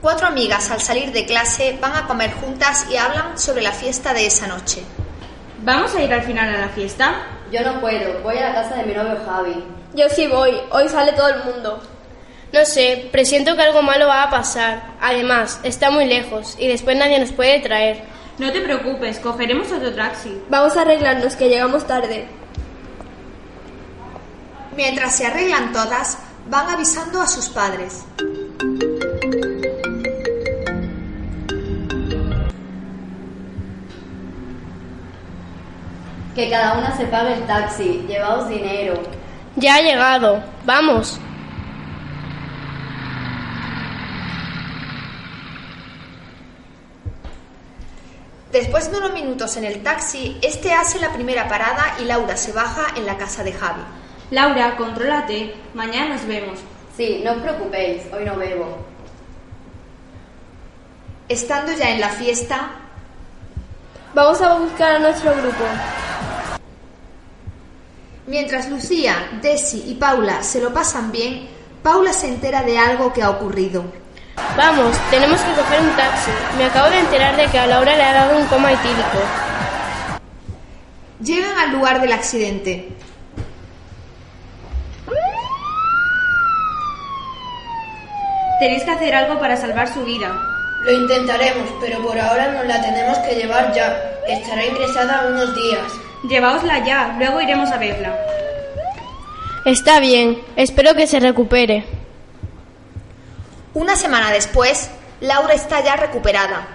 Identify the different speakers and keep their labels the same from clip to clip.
Speaker 1: Cuatro amigas al salir de clase van a comer juntas y hablan sobre la fiesta de esa noche.
Speaker 2: ¿Vamos a ir al final a la fiesta?
Speaker 3: Yo no puedo, voy a la casa de mi novio Javi.
Speaker 4: Yo sí voy, hoy sale todo el mundo.
Speaker 5: No sé, presiento que algo malo va a pasar. Además, está muy lejos y después nadie nos puede traer.
Speaker 2: No te preocupes, cogeremos otro taxi.
Speaker 4: Vamos a arreglarnos que llegamos tarde.
Speaker 1: Mientras se arreglan todas, van avisando a sus padres.
Speaker 3: Que cada una se pague el taxi, llevaos dinero.
Speaker 5: Ya ha llegado, vamos.
Speaker 1: Después de unos minutos en el taxi, este hace la primera parada y Laura se baja en la casa de Javi.
Speaker 2: Laura, contrólate. Mañana nos vemos.
Speaker 3: Sí, no os preocupéis, hoy no bebo.
Speaker 1: Estando ya en la fiesta,
Speaker 4: Vamos a buscar a nuestro grupo.
Speaker 1: mientras Lucía, Desi y Paula se lo pasan bien, Paula se entera de algo que ha ocurrido.
Speaker 5: Vamos, tenemos que coger un taxi. Me acabo de enterar de que a Laura le ha dado un coma etílico.
Speaker 1: Llegan al lugar del accidente.
Speaker 2: Tenéis que hacer algo para salvar su vida.
Speaker 6: Lo intentaremos, pero por ahora nos la tenemos que llevar ya. Estará ingresada unos días.
Speaker 2: Llevaosla ya, luego iremos a verla.
Speaker 5: Está bien, espero que se recupere.
Speaker 1: Una semana después, Laura está ya recuperada.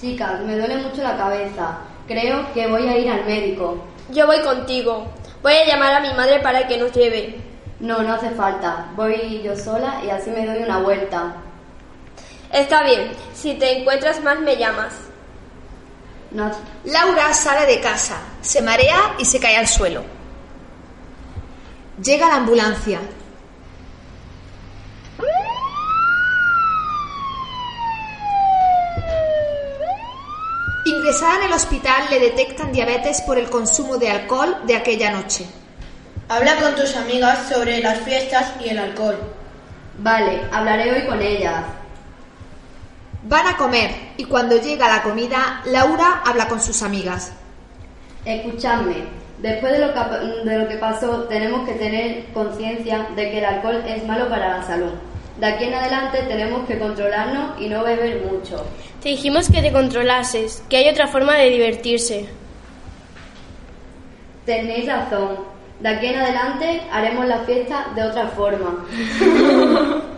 Speaker 3: Chicas, me duele mucho la cabeza. Creo que voy a ir al médico.
Speaker 4: Yo voy contigo. Voy a llamar a mi madre para que nos lleve.
Speaker 3: No, no hace falta. Voy yo sola y así me doy una vuelta.
Speaker 4: Está bien, si te encuentras más me llamas.
Speaker 3: No,
Speaker 1: Laura sale de casa, se marea y se cae al suelo. Llega la ambulancia. Ingresada en el hospital le detectan diabetes por el consumo de alcohol de aquella noche.
Speaker 6: Habla con tus amigas sobre las fiestas y el alcohol.
Speaker 3: vale, hablaré hoy con ellas.
Speaker 1: Van a comer y cuando llega la comida, Laura habla con sus amigas.
Speaker 3: Escuchadme, después de lo, que, ha- de lo que pasó, tenemos que tener conciencia de que el alcohol es malo para la salud. De aquí en adelante tenemos que controlarnos y no beber mucho.
Speaker 5: Te dijimos que te controlases, que hay otra forma de divertirse.
Speaker 3: Tenéis razón. De aquí en adelante haremos la fiesta de otra forma.